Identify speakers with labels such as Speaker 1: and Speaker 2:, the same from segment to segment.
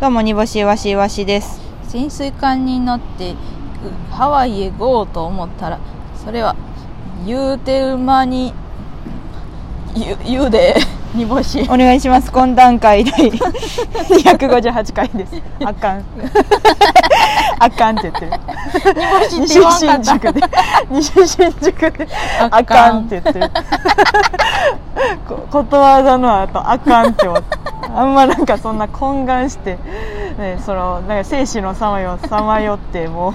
Speaker 1: どうも煮干しわしわしです
Speaker 2: 潜水艦に乗ってうハワイへ GO と思ったらそれは言うてる間にゆゆうで 煮干し
Speaker 1: お願いします懇談会 第258回ですあかん あかんって言ってる
Speaker 2: 煮干し
Speaker 1: 西
Speaker 2: って言わんか
Speaker 1: 新
Speaker 2: った
Speaker 1: 宿で西新宿であ
Speaker 2: あ
Speaker 1: か
Speaker 2: か
Speaker 1: ん
Speaker 2: ん
Speaker 1: って言ってるこことわざのあとあかんって思ってあんまなんかそんな懇願して、ね、そのなんか生死のさまよさまよってもう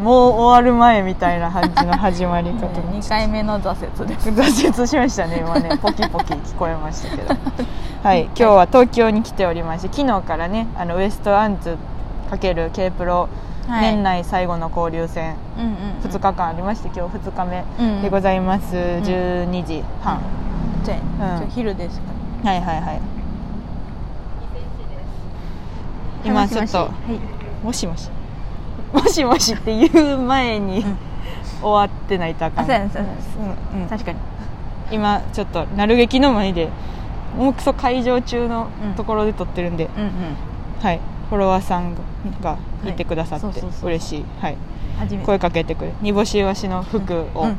Speaker 1: もう終わる前みたいな感じの始まり方に
Speaker 2: 2回目の挫折です
Speaker 1: 挫折しましたね今ねポキポキ聞こえましたけど はい今日は東京に来ておりまして昨日からねあのウエストアンツ×ケープロ
Speaker 2: はい
Speaker 1: 年内最後の交流戦
Speaker 2: うんうんうん
Speaker 1: 2日間ありまして今日2日目
Speaker 2: うん
Speaker 1: でございます、12時半、
Speaker 2: じゃあ
Speaker 1: うん
Speaker 2: じゃあ昼ですか
Speaker 1: はいはいはい
Speaker 2: は
Speaker 1: 今
Speaker 2: い
Speaker 1: ちょっと
Speaker 2: はい
Speaker 1: もしもしもしもしって言う前に
Speaker 2: ん
Speaker 1: 終わってないとあか
Speaker 2: あ
Speaker 1: ん
Speaker 2: そうやねそうやね
Speaker 1: うんうん
Speaker 2: 確かに
Speaker 1: 今ちょっとなる劇の前でもうくそ会場中の
Speaker 2: うん
Speaker 1: ところで撮ってるんで、
Speaker 2: うんうん
Speaker 1: はい、フォロワーさんがいてくださ
Speaker 2: は
Speaker 1: っ
Speaker 2: い
Speaker 1: て
Speaker 2: そうそうそう
Speaker 1: 嬉しい、はい、
Speaker 2: 初めて
Speaker 1: 声かけてくれ煮干しわしの服を、
Speaker 2: うん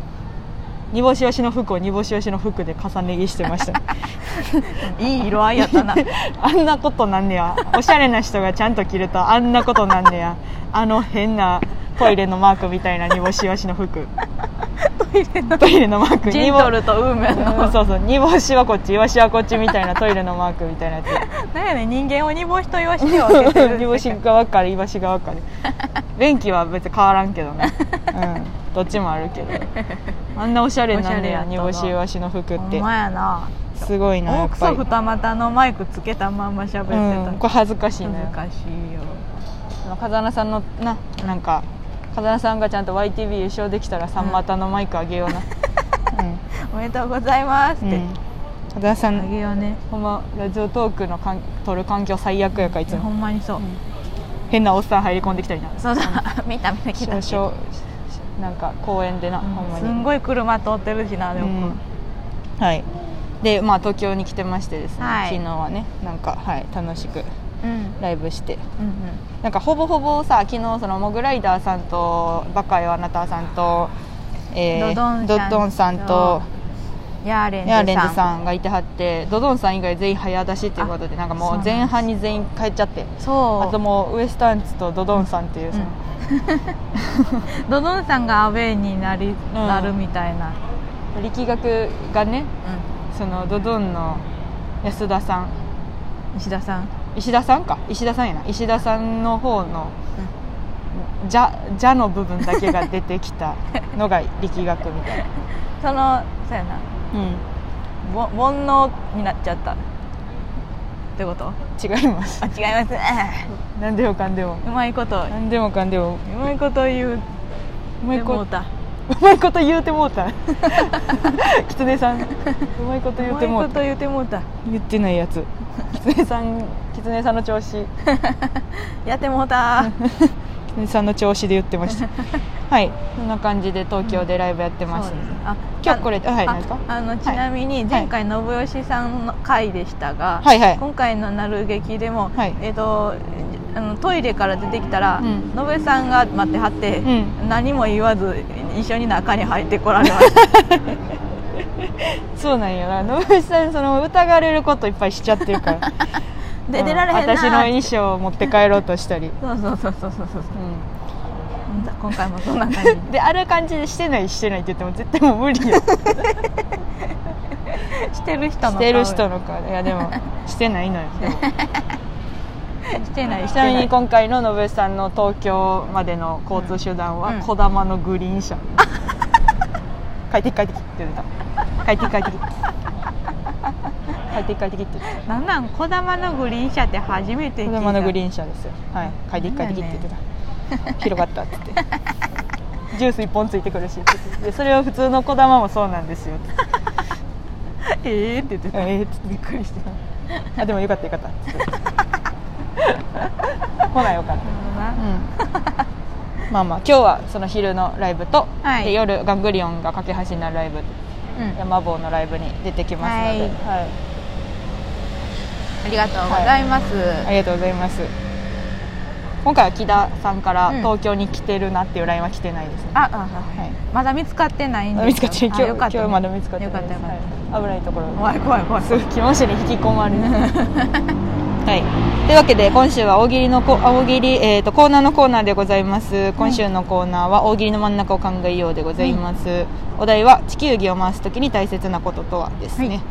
Speaker 1: 煮干しわしの服を煮干しわしの服で重ね着してました
Speaker 2: いい色合いやったな
Speaker 1: あんなことなんねやおしゃれな人がちゃんと着るとあんなことなんねやあの変なトイレのマークみたいな煮干しわしの服トイレのマー ク
Speaker 2: ジントルとウーメン
Speaker 1: う
Speaker 2: の
Speaker 1: んそうそう煮干しはこっちイワシはこっちみたいなトイレのマークみたいなやつ
Speaker 2: なんやねん人間を煮干しとイワシに分けて る
Speaker 1: 煮干し側からイワシ側から便器は別に変わらんけどね、うん、どっちもあるけどあんなおしゃれなんね
Speaker 2: おし
Speaker 1: や
Speaker 2: ゃれや
Speaker 1: 煮
Speaker 2: ったな
Speaker 1: 干しイワシの服っ
Speaker 2: ほん
Speaker 1: て
Speaker 2: まやな
Speaker 1: すごいなや
Speaker 2: 大
Speaker 1: っ
Speaker 2: く
Speaker 1: ぱ
Speaker 2: そ
Speaker 1: り、う
Speaker 2: 二股のマイクつけたまんま喋ってた、
Speaker 1: ん、これ恥ずかしいな
Speaker 2: 難しいよ
Speaker 1: 風穴さんのななんか風穴さんがちゃんと YTV 優勝できたら三股のマイクあげような、
Speaker 2: おめでとうございます
Speaker 1: う
Speaker 2: っ
Speaker 1: んう
Speaker 2: て、
Speaker 1: ん風穴さ
Speaker 2: あ
Speaker 1: ん
Speaker 2: げようね
Speaker 1: ほんまラジオトークのかん撮る環境最悪やからい
Speaker 2: い
Speaker 1: つ
Speaker 2: やほ
Speaker 1: も
Speaker 2: んまにそう、
Speaker 1: 変なおっさん入り込んできたりな
Speaker 2: そうだ見た見た来た
Speaker 1: しょしなんか公園でな、ほんますに
Speaker 2: んごい車通ってるしなで
Speaker 1: う
Speaker 2: も、
Speaker 1: んはいでまあ東京に来てましてですね、
Speaker 2: はい
Speaker 1: 昨日はねなんかはい楽しく
Speaker 2: うんうん、
Speaker 1: ライブして
Speaker 2: うん
Speaker 1: なんかほぼほぼさ昨日そのモグライダーさんとバカよあなたさんと、え
Speaker 2: ド
Speaker 1: ー
Speaker 2: ドンさんと
Speaker 1: ドンさんと
Speaker 2: ヤーレンズ
Speaker 1: ヤ
Speaker 2: さ
Speaker 1: ー
Speaker 2: ん
Speaker 1: レンズさんがいてはってドドンさん以外全員早出しっていうことでなんかもう前半に全員帰っちゃってあと
Speaker 2: そ
Speaker 1: もうウエスタンツとドドンさんっていうその、
Speaker 2: うん うドドンさんがアウェイになり、なるみたいな、
Speaker 1: 力学がねそのドドンの安田さん
Speaker 2: うん、石田さん
Speaker 1: 石田さんか石田さんやな石田さんの方の「じゃ」じゃの部分だけが出てき たのが力学みたいな、
Speaker 2: そのそうやなぼ煩悩になっちゃったってこと
Speaker 1: 違います
Speaker 2: あ違います
Speaker 1: 何でもかんでも
Speaker 2: うまいこと
Speaker 1: 何でもかんでも
Speaker 2: うまいこと言う
Speaker 1: うまい
Speaker 2: て
Speaker 1: こ
Speaker 2: もう
Speaker 1: う
Speaker 2: た
Speaker 1: まいこと言うてもう た狐さんうまいこと言うても
Speaker 2: うま
Speaker 1: う
Speaker 2: いこ
Speaker 1: た
Speaker 2: と言うてもうた
Speaker 1: 言ってないやつ狐さん狐さんの調子
Speaker 2: やってもうた
Speaker 1: 狐さんの調子で言ってましたはいそんな感じで東京でライブやってました、
Speaker 2: あ
Speaker 1: 今日これ
Speaker 2: あ
Speaker 1: はい何ですか
Speaker 2: ああのちなみに前回信義さんの回でしたが、
Speaker 1: はいはい
Speaker 2: 今回の「なる劇」でも、
Speaker 1: はい
Speaker 2: えっとあのトイレから出てきたら、
Speaker 1: うん
Speaker 2: 信義さんが待ってはって、
Speaker 1: う
Speaker 2: 何も言わず一緒に中に入ってこられま した
Speaker 1: そうなんよな野口さんその疑われることいっぱいしちゃってるから
Speaker 2: で
Speaker 1: うん
Speaker 2: 出られへんなー
Speaker 1: 私の衣装を持って帰ろうとしたり、
Speaker 2: そうそうそうそうそうそう
Speaker 1: う
Speaker 2: 今回もそんな感じ
Speaker 1: ん、である感じでしてないしてないって言っても絶対もう無 理よ
Speaker 2: してる人の顔
Speaker 1: してる人の顔いやで もしてないのよでも
Speaker 2: してないし
Speaker 1: ち
Speaker 2: て
Speaker 1: なみ
Speaker 2: な
Speaker 1: に
Speaker 2: い
Speaker 1: 今回の野口さんの東京までの交通手段
Speaker 2: うん
Speaker 1: はこだまのグリー ン車帰ってき帰ってきって言ってた帰ってき帰 ってき帰ってき帰ってきって言って
Speaker 2: なんなんこだまのグリーン車って初めて聞いた
Speaker 1: たこだまのグリ
Speaker 2: ン
Speaker 1: ーン車ですよはい帰ってき帰ってきって言ってた広がったって 言ってジュース一本ついてくるしって言ってでそれは普通のこだまもそうなんですよって
Speaker 2: ええって言ってた
Speaker 1: えー、ちょっとびっくりしたあでもよかったよかった来ないよかった、まあまあ今日はその昼のライブと、
Speaker 2: はい
Speaker 1: で夜ガングリオンが架け橋になるライブ
Speaker 2: うん
Speaker 1: 山坊のライブに出てきますので、はい
Speaker 2: ありがとうございます、
Speaker 1: ありがとうございます今回は木田さんから
Speaker 2: うん
Speaker 1: 東京に来てるなっていう LINE は来てないですね、
Speaker 2: ああはいまだ見つかってないんです
Speaker 1: 見つかってない
Speaker 2: あよ
Speaker 1: 今
Speaker 2: かった
Speaker 1: 日今日まだ見つかって
Speaker 2: よ
Speaker 1: な
Speaker 2: か
Speaker 1: い
Speaker 2: っ
Speaker 1: で
Speaker 2: た
Speaker 1: す
Speaker 2: よかった、
Speaker 1: はい危ないところ
Speaker 2: 怖い怖い怖い
Speaker 1: すぐ気持ちに引き込まれる はいというわけで今週は大喜利のこ大喜利、えー、とコーナーのコーナーでございます今週のコーナーは大喜利の真ん中を考えようでございます、お題は地球儀を回すときに大切なこととはですね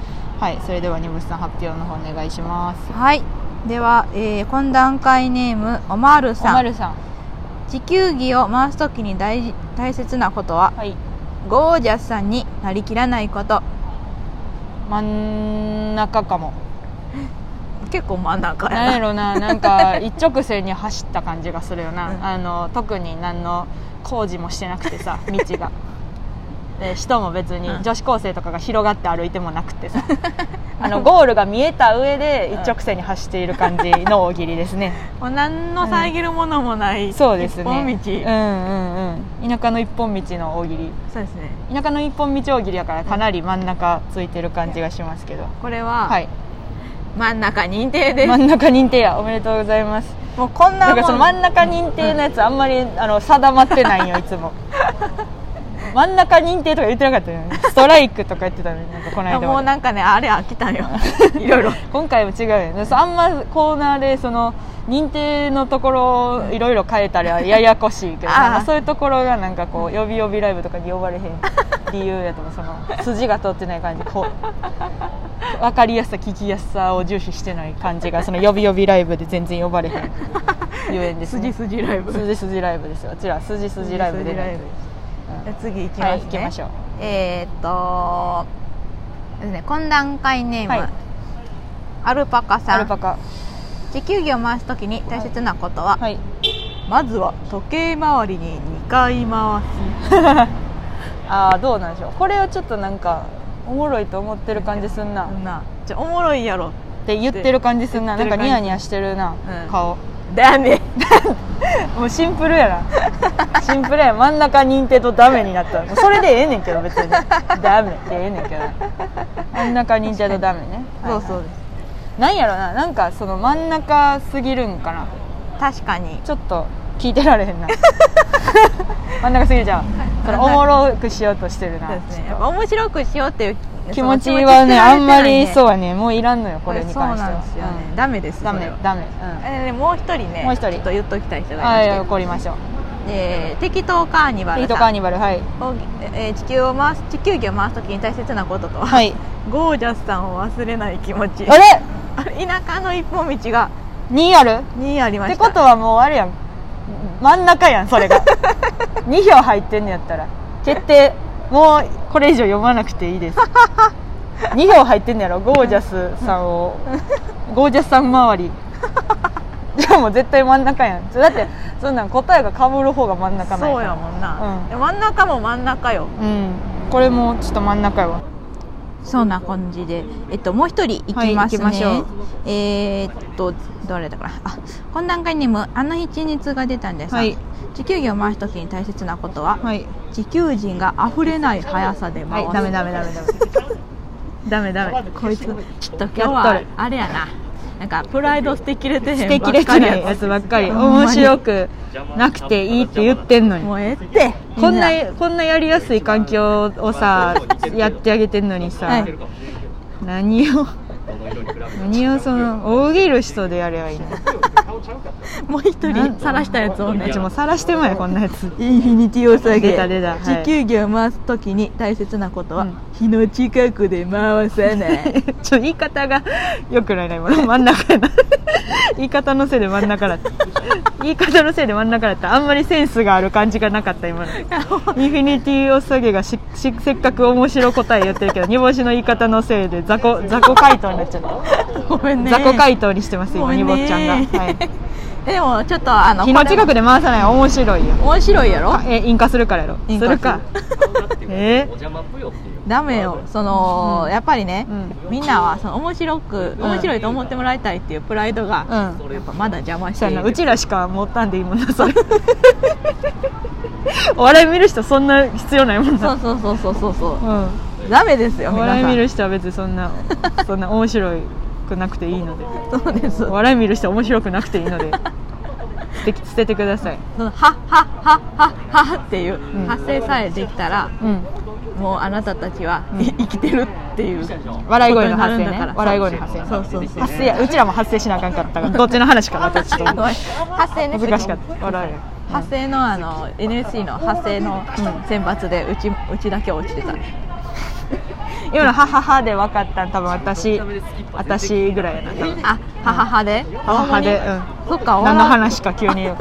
Speaker 1: はい、それではにぶしさん発表の方お願いします
Speaker 2: はいでは、えー、懇談会ネームおまる
Speaker 1: お
Speaker 2: さ
Speaker 1: ま
Speaker 2: ん
Speaker 1: るさん
Speaker 2: 地球儀を回すときに大事大切なことは
Speaker 1: はい
Speaker 2: ゴージャスさんになりきらないこと
Speaker 1: 真ん中かも
Speaker 2: 結構真ん中
Speaker 1: なん
Speaker 2: や
Speaker 1: や
Speaker 2: な
Speaker 1: ろななんか一直線に走った感じがするよな、
Speaker 2: うん
Speaker 1: あの特に何の工事もしてなくて さ道がで人も別に
Speaker 2: うん
Speaker 1: 女子高生とかが広がって歩いてもなくて さあのゴールが見えた上で一直線に走っている感じの大喜利ですね
Speaker 2: もう何の遮るものもない、
Speaker 1: そうですね
Speaker 2: 一本道、
Speaker 1: うんうんうん田舎の一本道の大喜利
Speaker 2: そうですね
Speaker 1: 田舎の一本道大喜利やからかなり真ん中ついてる感じがしますけど
Speaker 2: これは、
Speaker 1: はい
Speaker 2: 真ん中認定です、
Speaker 1: 真ん中認定やおめでとうございます
Speaker 2: もうこん
Speaker 1: な
Speaker 2: なん
Speaker 1: かそ
Speaker 2: も
Speaker 1: の
Speaker 2: ん
Speaker 1: 真ん中認定のやつあんまりあの定まっ てないんよいつも真ん中認定とか言ってなかったよねストライクとか言ってたのになんかこの間まで
Speaker 2: もうなんかねあれ飽き たよいろいろ
Speaker 1: 今回も違うよねそうあんまコーナーでその認定のところをいろいろ変えたらややこしいけど
Speaker 2: あー
Speaker 1: なんかそういうところがなんかこう呼び呼びライブとかに呼ばれへん理由やと思うその筋が通ってない感じこう分かりやすさ聞きやすさを重視してない感じがその呼び呼びライブで全然呼ばれへんゆえんです、
Speaker 2: 筋
Speaker 1: ね、
Speaker 2: 筋ライブ
Speaker 1: 筋筋ライブですよ。うちら筋筋ライブで、
Speaker 2: 筋筋ライ
Speaker 1: ね
Speaker 2: ブ。じゃあ次行きますね、
Speaker 1: はい、行きましょう。
Speaker 2: えーっとですね懇談会ネーム、
Speaker 1: はい
Speaker 2: アルパカ
Speaker 1: ア
Speaker 2: さ
Speaker 1: ルパ
Speaker 2: ん
Speaker 1: カ。
Speaker 2: 地球儀を回すときに大切なことは、
Speaker 1: はい。
Speaker 2: まずは時計回りに2回回
Speaker 1: ああ、どうなんでしょう。これはちょっとなんか。おもろいと思ってる感じすんな。
Speaker 2: す
Speaker 1: っ
Speaker 2: なじゃあおもろいやろ
Speaker 1: て言ってる感じすんな。な
Speaker 2: 言
Speaker 1: ん
Speaker 2: って
Speaker 1: か
Speaker 2: る感
Speaker 1: ニ
Speaker 2: じ
Speaker 1: ヤニヤしてるな。
Speaker 2: うん
Speaker 1: 顔。
Speaker 2: だね
Speaker 1: もうシンプルやな。 シンプルや。真ん中認定とダメになった。もうそれでええねんけど、別に。ダメでええねんけど。真ん中認定とダメね。
Speaker 2: そうそう
Speaker 1: う。
Speaker 2: です
Speaker 1: なんやろな。なんかその真ん中すぎるんかな。
Speaker 2: 確かに
Speaker 1: ちょっと聞いてられへ んな真ん中すぎちゃうそれおもろくしようとしてるな、
Speaker 2: そうですねやっぱ面白くしようっていう
Speaker 1: 気持ちはねあんまりそう
Speaker 2: う
Speaker 1: はねもういらんのよこ
Speaker 2: こ
Speaker 1: れ
Speaker 2: れ
Speaker 1: に
Speaker 2: に
Speaker 1: 関
Speaker 2: 関
Speaker 1: し
Speaker 2: してて
Speaker 1: は
Speaker 2: はそうなんですよね、ダメです
Speaker 1: うんダメ
Speaker 2: それは
Speaker 1: ダメ
Speaker 2: えーねもう一人ね
Speaker 1: もう一人
Speaker 2: ちょっと言っときたい人
Speaker 1: うん
Speaker 2: が
Speaker 1: はいい
Speaker 2: まして
Speaker 1: 怒りましょう
Speaker 2: えー適当カーニバ
Speaker 1: ピ
Speaker 2: ル
Speaker 1: ート
Speaker 2: さ
Speaker 1: カー
Speaker 2: ん
Speaker 1: ニバルはい
Speaker 2: おえー地球を回す地球儀を回すときに大切なことと は
Speaker 1: はい
Speaker 2: ゴージャスさんを忘れない気持ち
Speaker 1: あれ
Speaker 2: あれ田舎の一本道が
Speaker 1: 2ある
Speaker 2: 2ありま
Speaker 1: って
Speaker 2: した
Speaker 1: ことはもうあれやん真ん中やんそれが2票入ってんのやったら決定もうこれ以上読まなくていいです2票入ってんのやろゴージャスさんをゴージャスさん周りじゃあもう絶対真ん中やんだってそんなん答えがかぶる方が真ん中ない
Speaker 2: そうやもんな
Speaker 1: うん、
Speaker 2: で真ん中も真ん中よ
Speaker 1: うんこれもちょっと真ん中やわ
Speaker 2: そんな感じで、えっと、もう一人いきますね、
Speaker 1: はい行きましょう
Speaker 2: えーっとどれだかなあ懇談会にもあの日地熱が出たんです、
Speaker 1: はい
Speaker 2: 地球儀を回す時に大切なことは、
Speaker 1: はい
Speaker 2: 地球人が溢れない速さで
Speaker 1: は
Speaker 2: 回
Speaker 1: い
Speaker 2: す、
Speaker 1: ダメダメダメダメ ダメダメ
Speaker 2: こいつちょっと今日
Speaker 1: やっと
Speaker 2: は
Speaker 1: る
Speaker 2: あれやななんかプライド捨てきれ てへん
Speaker 1: 捨てきれてないやつばっかり面白
Speaker 2: く
Speaker 1: くなくていいって言ってんのに
Speaker 2: もうええって
Speaker 1: こんな
Speaker 2: み
Speaker 1: こんなやりやすい環境をさやってあげてんのにさ、
Speaker 2: はい
Speaker 1: 何を何をその大喜利の人でやればいいの
Speaker 2: もう一
Speaker 1: なん
Speaker 2: 人晒したやつをね
Speaker 1: うちもう晒してまえこんなやつ
Speaker 2: インフィニティを下げ
Speaker 1: 出た出たは
Speaker 2: 地
Speaker 1: い
Speaker 2: 球儀を回すときに大切なことは、
Speaker 1: うん
Speaker 2: 日の近くで回さない
Speaker 1: ちょ言い方が良くないな今の真ん中や な言い方のせいで真ん中だった言い方のせいで真ん中だったあんまりセンスがある感じがなかった今のインフィニティお下げがししせっかく面白答え言ってるけど煮干しの言い方のせいで雑魚雑魚回答になっちゃった
Speaker 2: ごめんね
Speaker 1: 雑魚回答にしてます
Speaker 2: ごめ
Speaker 1: 今煮
Speaker 2: ん
Speaker 1: 干
Speaker 2: ね
Speaker 1: しちゃんが、はい
Speaker 2: でもちょっとあの
Speaker 1: 日の近
Speaker 2: こ
Speaker 1: くで回さない面白いよ
Speaker 2: れ面白いやろ
Speaker 1: あえ引火するからやろ
Speaker 2: 引
Speaker 1: す
Speaker 2: 火
Speaker 1: るかえー
Speaker 2: ダメよその、
Speaker 1: うん
Speaker 2: やっぱりね、
Speaker 1: う
Speaker 2: みんなはその面白く
Speaker 1: ん
Speaker 2: 面白いと思ってもらいたいっていうプライドが、
Speaker 1: うん
Speaker 2: やっぱまだ邪魔し
Speaker 1: そ
Speaker 2: て
Speaker 1: う
Speaker 2: い
Speaker 1: や
Speaker 2: る
Speaker 1: なうちらしか持ったんでいいもんなそれ お笑い見る人そんな必要ないもん
Speaker 2: そ
Speaker 1: な
Speaker 2: うそうそうそうそうそう
Speaker 1: うん
Speaker 2: ダメですよ
Speaker 1: お
Speaker 2: 皆
Speaker 1: 笑い
Speaker 2: さ
Speaker 1: 見
Speaker 2: ん
Speaker 1: る人は別にそんなそんな面白くなくていいので
Speaker 2: そうです
Speaker 1: 笑い見る人は面白くなくていいので捨て捨ててください
Speaker 2: そのはっはっはっはっはっていう、
Speaker 1: ん
Speaker 2: 発声さえできたら
Speaker 1: うん
Speaker 2: もうあなたたちは、
Speaker 1: うん
Speaker 2: い生きてるっていう
Speaker 1: 笑い声の発
Speaker 2: ことになる
Speaker 1: 声
Speaker 2: んだから
Speaker 1: ね笑い声の発声
Speaker 2: そうそうそう
Speaker 1: 発声やうちらも発声しなあかんかったからどっちの話かなとちょっと
Speaker 2: あごめん発声ね
Speaker 1: 難しかった笑い
Speaker 2: 発声のあの NSC の発声の選抜でうちうちだけ落ちてた
Speaker 1: 今の「ははは」で分かったん多分私私ぐらいやな多分
Speaker 2: あはははで
Speaker 1: ははで、うん、
Speaker 2: そっか
Speaker 1: 何の話か急に、うん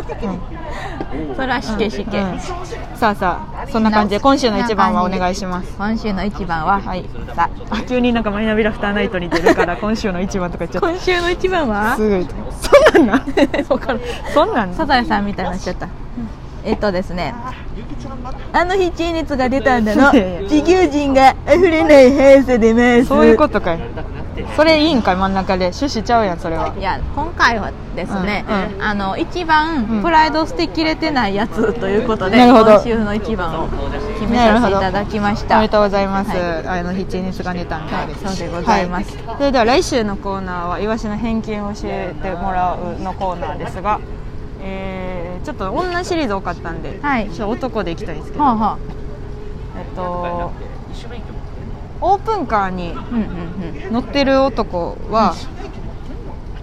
Speaker 2: それはしけしけ、
Speaker 1: うんさあさあそんな感じで今週の一番はお願いします
Speaker 2: 今週の一番は、
Speaker 1: はい
Speaker 2: さ
Speaker 1: あ急になんかマイナビラフターナイトに出るから今週の一番とか言っちゃっ
Speaker 2: 今週の一番
Speaker 1: た
Speaker 2: は
Speaker 1: すぐそんなんなん
Speaker 2: わからん
Speaker 1: そんなん
Speaker 2: サザエさんみたいになっちゃった、えっとですねあの日陳列が出たんだの地球人が溢れない速さでます
Speaker 1: そういうことかいそれいいんかい真ん中で趣旨ちゃうやんそれはい
Speaker 2: や今回はですね、
Speaker 1: うん
Speaker 2: あの一番、
Speaker 1: うん
Speaker 2: プライド捨てきれてないやつということで
Speaker 1: なるほど
Speaker 2: 今週の一番を決めさせていただきまし
Speaker 1: お
Speaker 2: た
Speaker 1: めでとうございます、
Speaker 2: はい
Speaker 1: あの日中にすがネタみたいです、
Speaker 2: はいそうでございます
Speaker 1: はそれでは来週のコーナーはイワシの偏見を教えてもらうのコーナーですがえー、ちょっと女シリーズ多かったんで、
Speaker 2: はい
Speaker 1: ちょっと男でいきたいんですけど、
Speaker 2: はあはあ
Speaker 1: えっとオープンカーに
Speaker 2: うんうんうん
Speaker 1: 乗ってる男は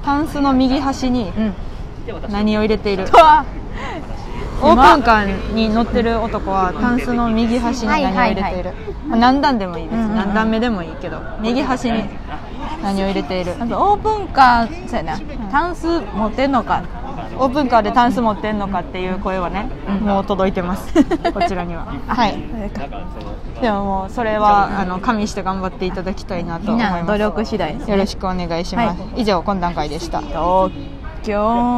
Speaker 1: タンスの右端に
Speaker 2: うん
Speaker 1: 何を入れている
Speaker 2: とは
Speaker 1: オープンカーに乗ってる男はタンスの右端に何を入れている、まあ何段でもいいです、
Speaker 2: うんうんうん
Speaker 1: 何段目でもいいけど右端に何を入れている
Speaker 2: あとオープンカーそうやなタンス持ってんのか
Speaker 1: オープンカーでタンス持ってんのかっていう声はね、もう届いてますこちらにははいでももうそれはあの加味して頑張っていただきたいなと
Speaker 2: みん
Speaker 1: 思い
Speaker 2: なの
Speaker 1: ます
Speaker 2: 努
Speaker 1: よ
Speaker 2: 力次第ですね
Speaker 1: ろしくお願いします、以上懇談会でした
Speaker 2: 東京